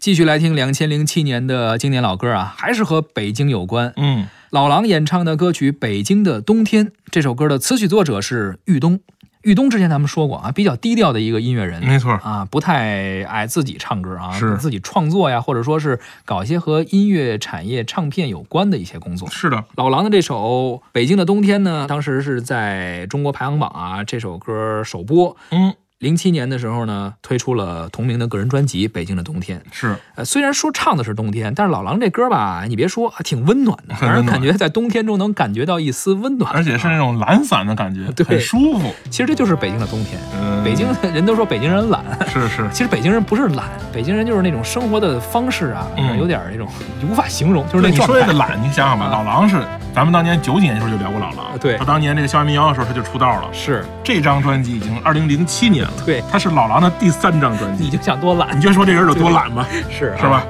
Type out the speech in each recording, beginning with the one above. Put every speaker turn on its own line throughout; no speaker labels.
继续来听两千零七年的经典老歌啊，还是和北京有关。
嗯
老狼演唱的歌曲《北京的冬天》这首歌的词曲作者是玉东。玉东之前咱们说过啊，比较低调的一个音乐人
没错，
啊，不太爱自己唱歌啊，
嗯是
自己创作呀，或者说是搞一些和音乐产业、唱片有关的一些工作。
是的，
老狼的这首《北京的冬天》呢，当时是在中国排行榜啊这首歌首播。
嗯
零七年的时候呢，推出了同名的个人专辑《北京的冬天》。
是
呃，虽然说唱的是冬天，但是老狼这歌吧，你别说，啊挺温暖的，
很
让人
温暖
感觉在冬天中能感觉到一丝温暖，
而且是那种懒散的感觉，
对
很舒服。
其实这就是北京的冬天。
嗯，
北京人都说北京人懒，
是是，
其实北京人不是懒，北京人就是那种生活的方式啊，
嗯
有点儿那种无法形容，就是
对
那
你
状
说这个
态。
懒，你想想吧，
啊
老狼是咱们当年九几年的时候就聊过老狼，
对
他当年这个校园民谣的时候他就出道了，
是
这张专辑已经二零零七年了，
对，
他是老狼的第三张专
你
辑，
就想多懒
你就说这人有多懒吧，
是啊
是吧？？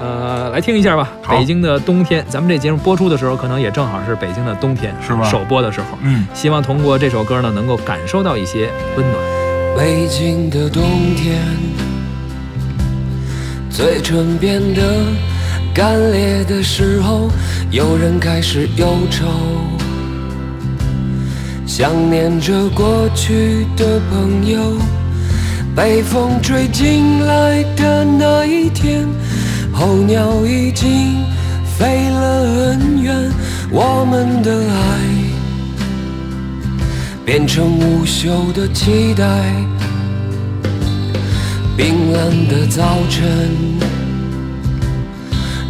呃，来听一下吧，《
好
北京的冬天》。咱们这节目播出的时候，可能也正好是北京的冬天，
是吧
首播的时候，
嗯，
希望通过这首歌呢，能够感受到一些温暖。
北京的冬天，嘴唇变得干裂的时候，有人开始忧愁，想念着过去的朋友。北风吹进来的那一天，候鸟已经飞了很远，我们的爱。变成无休的期待。冰冷的早晨，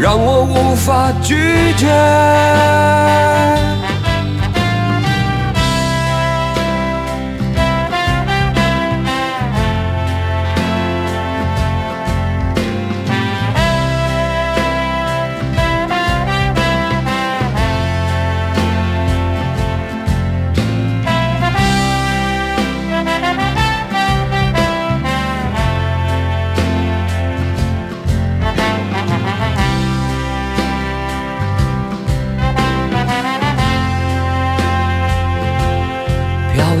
让我无法拒绝。飘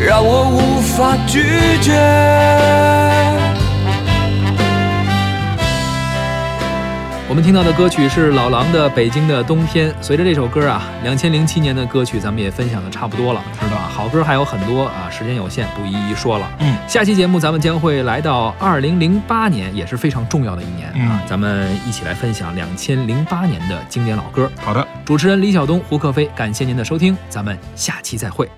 让我无法拒绝。
我们听到的歌曲是老狼的《北京的冬天》。随着这首歌啊，两千零七年的歌曲咱们也分享的差不多了，
是的
啊，好歌还有很多啊，时间有限，不一一说了。
嗯，
下期节目咱们将会来到二零零八年，也是非常重要的一年、啊，
嗯
咱们一起来分享两千零八年的经典老歌。
好的。
主持人李晓东、胡克飞，感谢您的收听，咱们下期再会。